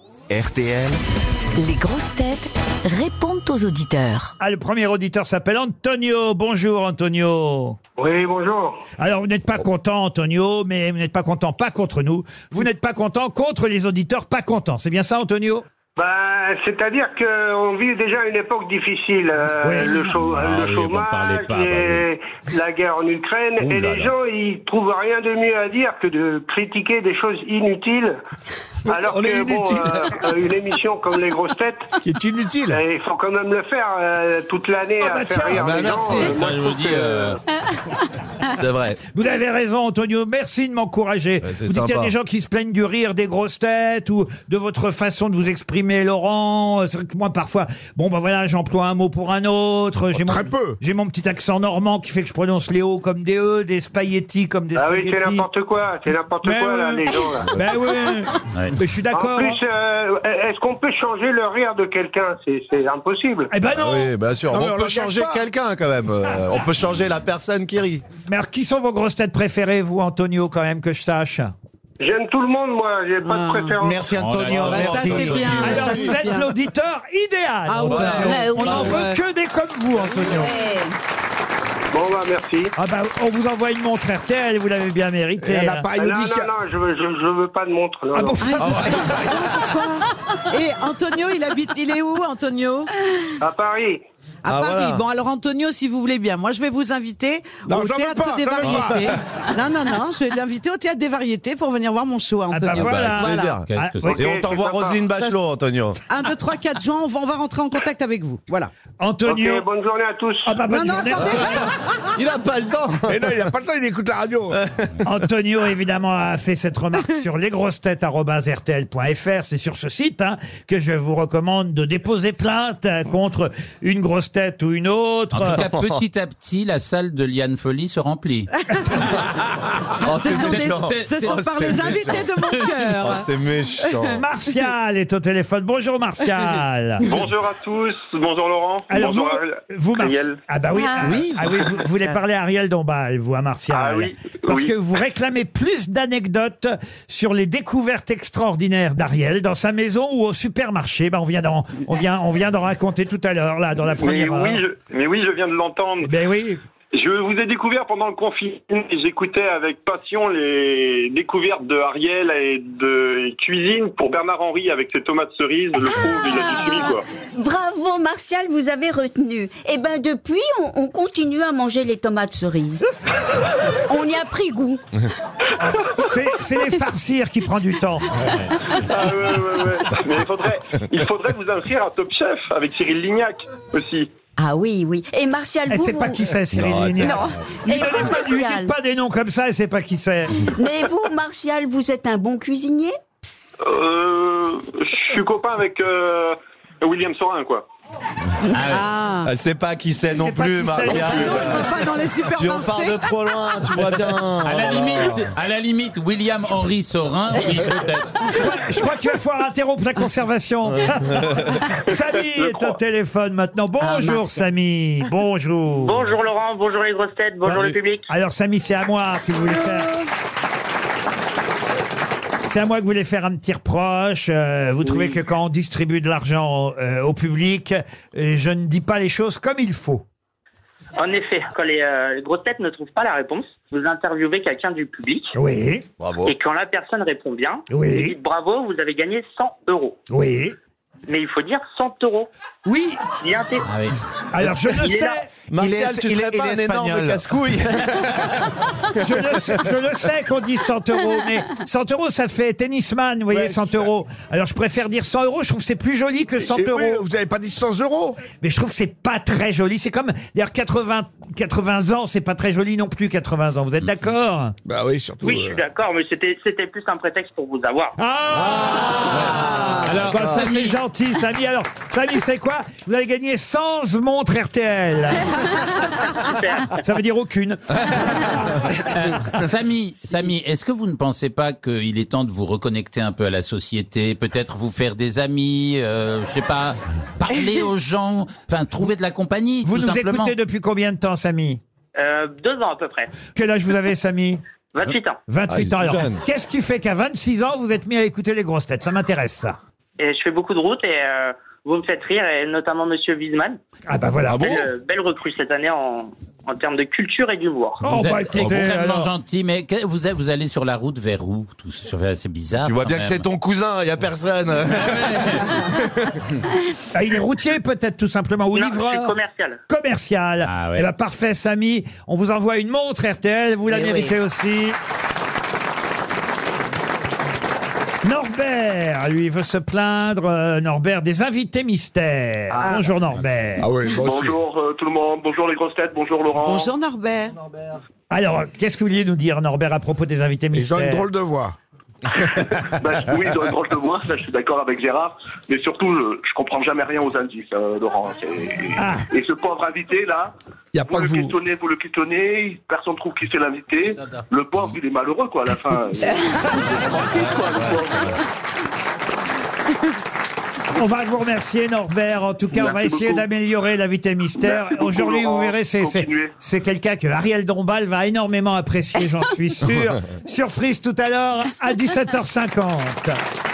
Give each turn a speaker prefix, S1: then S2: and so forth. S1: RTL.
S2: Les grosses têtes répondent aux auditeurs.
S3: Ah, le premier auditeur s'appelle Antonio. Bonjour, Antonio.
S4: Oui, bonjour.
S3: Alors, vous n'êtes pas content, Antonio, mais vous n'êtes pas content pas contre nous. Vous n'êtes pas content contre les auditeurs pas contents. C'est bien ça, Antonio
S4: Ben, c'est-à-dire qu'on vit déjà une époque difficile. euh,
S3: Oui.
S4: Le, chau- le
S5: Ah oui, vous en parlez
S4: chômage,
S5: pas, bah
S4: et la guerre en Ukraine.
S5: Ouh
S4: et
S5: là
S4: les
S5: là.
S4: gens, ils trouvent rien de mieux à dire que de critiquer des choses inutiles. Alors
S6: On
S4: que,
S6: est
S4: bon,
S6: inutile.
S4: euh, une émission comme Les Grosses Têtes,
S6: qui est inutile.
S4: euh, il faut quand même le faire euh, toute l'année
S6: Ah
S4: à
S6: bah
S4: faire
S6: tiens,
S4: rire
S6: bah
S4: les gens.
S6: merci.
S4: Euh, moi,
S5: Ça, je
S4: je
S5: vous
S4: trouve
S5: dis,
S4: que-
S5: euh,
S6: C'est vrai.
S3: Vous avez raison, Antonio. Merci de m'encourager.
S6: Ouais, c'est
S3: vous dites qu'il y a
S6: sympa.
S3: des gens qui se plaignent du rire des grosses têtes ou de votre façon de vous exprimer, Laurent. Euh, C'est vrai que moi, parfois, bon, ben voilà, j'emploie un mot pour un autre. J'ai
S6: Oh, très
S3: mon,
S6: peu.
S3: J'ai mon petit accent normand qui fait que je prononce les O comme des E, des spaghettis comme des
S4: Ah oui,
S3: spaghettis.
S4: c'est n'importe quoi, c'est n'importe
S3: Mais
S4: quoi, là,
S3: oui.
S4: les gens, là.
S3: Ben oui. Mais je suis
S4: En
S3: d'accord.
S4: plus, euh, est-ce qu'on peut changer le rire de quelqu'un C'est c'est impossible.
S3: Eh ben
S5: Ah
S3: non.
S6: Oui, bien sûr.
S7: Non, mais
S6: on,
S7: on
S6: peut
S7: le cache
S6: changer
S7: pas.
S6: quelqu'un quand même. Euh, on peut changer la personne qui rit.
S3: Mais alors, qui sont vos grosses têtes préférées, vous, Antonio, quand même, que je sache
S4: J'aime tout le monde, moi, j'ai pas
S3: Ah,
S4: de préférence.
S6: Merci Antonio.
S5: Oh là là,
S6: merci.
S5: ça, c'est
S6: Antonio.
S5: bien. Ah,
S3: Alors,
S5: ça,
S3: vous êtes l'auditeur idéal.
S5: Ah ouais.
S3: Antonio.
S2: Ouais,
S3: On
S2: oui.
S3: n'en veut que des comme vous, Antonio.
S4: Bon, bah, merci.
S3: Ah bah, on vous envoie une montre RTL, vous l'avez bien mérité.
S6: Elle n'a pas
S4: Non,
S7: Ah,
S4: non,
S6: Yodi qui a-
S4: non, je veux, je, je veux pas de montre. non,
S3: Ah bon,
S4: non.
S8: Et Antonio, il habite, il est où Antonio
S4: À Paris.
S6: Ah,
S8: À Paris.
S6: voilà.
S8: Bon alors Antonio, si vous voulez bien, moi je vais vous inviter
S7: Non,
S8: au
S7: j'en veux
S8: théâtre
S7: pas,
S8: des
S7: j'en veux pas.
S8: variétés. non non non, je vais l'inviter au théâtre des variétés pour venir voir mon show à
S3: Ah
S8: Antonio.
S3: bah voilà.
S6: Avec plaisir.
S3: Ah,
S5: Qu'est-ce que
S3: oui.
S5: c'est
S6: Et on t'envoie
S4: Ok, c'est
S6: Roselyne Bachelot, Antonio.
S8: 1 2 3 4 juin, on va, on va rentrer en contact avec vous. Voilà.
S4: Ok,
S3: Antonio.
S4: bonne journée à tous.
S3: Ah bah, bonne
S8: non,
S3: journée.
S6: Il a pas le temps.
S7: Et non, il a pas le temps, il écoute la radio.
S3: Antonio, évidemment, a fait cette remarque sur lesgrossetêtes.rtl.fr. C'est sur ce site hein, que je vous recommande de déposer plainte euh, contre une grosse tête ou une autre.
S5: En tout cas, petit à petit, la salle de Liane Folly se remplit.
S6: Oh,
S8: Ce
S6: Ah, c'est
S8: sont, des-
S6: méchant.
S8: ce sont
S6: Oh,
S8: par
S6: c'est
S8: les
S6: méchant.
S8: invités de mon
S6: Oh,
S8: cœur.
S6: c'est méchant.
S3: Martial est au téléphone. Bonjour Martial.
S9: Bonjour à tous, bonjour Laurent,
S3: Alors
S9: bonjour
S3: vous, vous Mar-
S9: Ariel.
S3: Ah bah oui,
S2: Ah.
S3: ah,
S8: Oui.
S3: ah oui, vous, vous voulez parler à Ariel Dombal, vous à Martial.
S9: Ah oui,
S3: Parce
S9: oui.
S3: que vous réclamez plus d'anecdotes sur les découvertes extraordinaires d'Ariel dans sa maison ou au supermarché. Ben on vient d'en on vient on vient d'en raconter tout à l'heure là dans la
S9: Mais
S3: première heure.
S9: oui, je, mais oui, je viens de l'entendre.
S3: Ben oui.
S9: Je vous ai découvert pendant le confinement et j'écoutais avec passion les découvertes de Ariel et de cuisine pour Bernard Henry avec ses tomates cerises. Le
S3: Ah.
S9: pauvre, il a du suivi, quoi.
S10: Bravo Martial, vous avez retenu. Eh ben depuis, on, on continue à manger les tomates cerises. on y a pris goût.
S3: C'est c'est les farcir qui prend du temps.
S9: Ah ouais, ouais, ouais. Mais il faudrait, il faudrait vous inscrire à Top Chef avec Cyril Lignac aussi.
S10: Ah oui, oui. Et Martial,
S3: Elle
S10: vous,
S3: sait pas
S10: vous-
S3: qui Eh, c'est Cyril
S6: Non,
S3: Lignac.
S10: Non.
S3: Lui
S10: Et
S3: donnez
S10: vous,
S3: pas- lui dites
S10: Martial.
S3: pas des noms comme ça, elle sait pas qui c'est.
S10: Mais vous, Martial, vous êtes un bon cuisinier
S9: Euh, je suis copain avec euh, William Sorin, quoi.
S8: Ah.
S6: Elle sait pas qui c'est non
S3: sait pas
S6: plus,
S3: qui c'est.
S8: Ah non, on
S6: Marianne.
S8: va pas dans les
S6: Tu en parles de
S8: supermarchés.
S6: trop loin, tu vois bien.
S5: À la limite, à la limite William Henry Sorin, oui, peut-être.
S3: Je crois- Je crois qu'il va falloir interrompre la conservation. Samy
S9: Je
S3: est au
S9: crois.
S3: téléphone maintenant. Bonjour Samy. Bonjour.
S11: Bonjour Laurent, bonjour les grosses têtes, bonjour
S6: Salut.
S11: le public.
S3: Alors Samy, c'est à moi que vous voulez faire. C'est à moi que vous voulez faire un petit reproche. Euh, vous trouvez que quand on distribue de l'argent euh, au public, euh, je ne dis pas les choses comme il faut.
S11: En effet, quand les, euh, les grosses têtes ne trouvent pas la réponse, vous interviewez quelqu'un du public
S3: Oui,
S6: Bravo.
S11: et quand la personne répond bien,
S3: Oui.
S11: vous dites bravo, vous avez gagné 100 euros.
S3: oui,
S11: Mais il faut dire 100 euros.
S3: oui.
S11: Il y a un T.
S5: Ah oui.
S3: Alors je le
S11: Il est
S3: sais,
S11: là.
S6: Martial,
S7: est-
S6: tu
S7: il
S6: serais
S7: est- il
S6: pas
S7: est
S6: un énorme
S7: espagnol.
S6: casse-couille.
S3: je le sais, je le sais qu'on dit 100 euros, mais 100 euros ça fait tennisman, vous voyez,
S7: Ouais,
S3: 100
S7: c'est ça.
S3: euros. Alors je préfère dire 100 euros, je trouve que c'est plus joli que 100
S7: Et
S3: euros.
S7: oui, vous avez pas dit 100 euros
S3: Mais je trouve que c'est pas très joli. C'est comme, d'ailleurs, 80, 80 ans, c'est pas très joli non plus, 80 ans. Vous êtes d'accord
S7: Bah oui, surtout.
S11: Oui, je suis d'accord, mais c'était c'était plus un prétexte pour vous avoir.
S3: Ah,
S5: Alors,
S3: Bah, ça, c'est
S5: Samy,
S3: gentil, Samy. Alors, Samy, c'est quoi Vous allez gagner 100 montres RTL. ça veut dire aucune.
S5: Samy, Samy, est-ce que vous ne pensez pas qu'il est temps de vous reconnecter un peu à la société, peut-être vous faire des amis, euh, je sais pas, parler aux gens, enfin trouver de la compagnie,
S3: Vous
S5: tout
S3: nous
S5: simplement.
S3: écoutez depuis combien de temps, Samy
S11: Euh, deux ans à peu près,
S3: Quel âge vous avez, Samy
S11: 28 ans.
S3: 28
S6: Ah, il est
S3: ans. Alors,
S6: jeune.
S3: qu'est-ce qui fait qu'à 26 ans, vous êtes mis à écouter les grosses têtes Ça m'intéresse, ça.
S11: Et je fais beaucoup de routes et euh, vous me faites rire, et notamment Monsieur Wiesmann.
S3: Ah bah voilà.
S11: belle, euh, belle recrue cette année en, en termes de culture et d'humour.
S3: Oh,
S5: vous
S3: bah,
S5: êtes extrêmement gentil, mais que- vous, êtes- vous allez sur la route vers où Tout sur- C'est bizarre.
S6: Tu vois
S5: quand
S6: bien que
S5: même.
S6: c'est ton cousin, il y a personne.
S3: Ah, il est routier peut-être tout simplement ou
S11: Non,
S3: livreur.
S11: je suis commercial.
S3: Commercial. Eh ben, parfait, Samy. On vous envoie une montre RTL. Vous la
S5: Eh
S3: méritez
S5: oui.
S3: aussi. Norbert, lui, veut se plaindre. euh, Norbert, des invités mystères. Bonjour Norbert.
S7: ah
S9: Bonjour euh, tout le monde, bonjour les grosses têtes, bonjour Laurent.
S8: Bonjour Norbert.
S3: Alors, qu'est-ce que vous vouliez nous dire, Norbert, à propos des invités
S7: Ils ont
S3: mystères
S7: une drôle de voix.
S9: Bah, je- oui, ils ont une drôle de voix, ça je suis d'accord avec Gérard, mais surtout je, je comprends jamais rien aux indices, euh, Laurent. C'est- Et ce pauvre invité là,
S7: Il n'y a
S9: vous
S7: pas
S9: le
S7: que vous.
S9: questionnez, vous le questionnez, personne trouve qui c'est l'invité. Le pauvre il est malheureux quoi à la fin. Il est triste, quoi, le pauvre.
S3: On va vous remercier, Norbert. En tout cas, on va
S9: Merci
S3: essayer
S9: beaucoup.
S3: d'améliorer l'invité mystère.
S9: Merci beaucoup,
S3: Aujourd'hui, vous
S9: Laurent.
S3: verrez, c'est, c'est-
S9: Continuez.
S3: c'est quelqu'un que Ariel Dombal va énormément apprécier, j'en suis sûr. Surprise tout à l'heure à 17h50.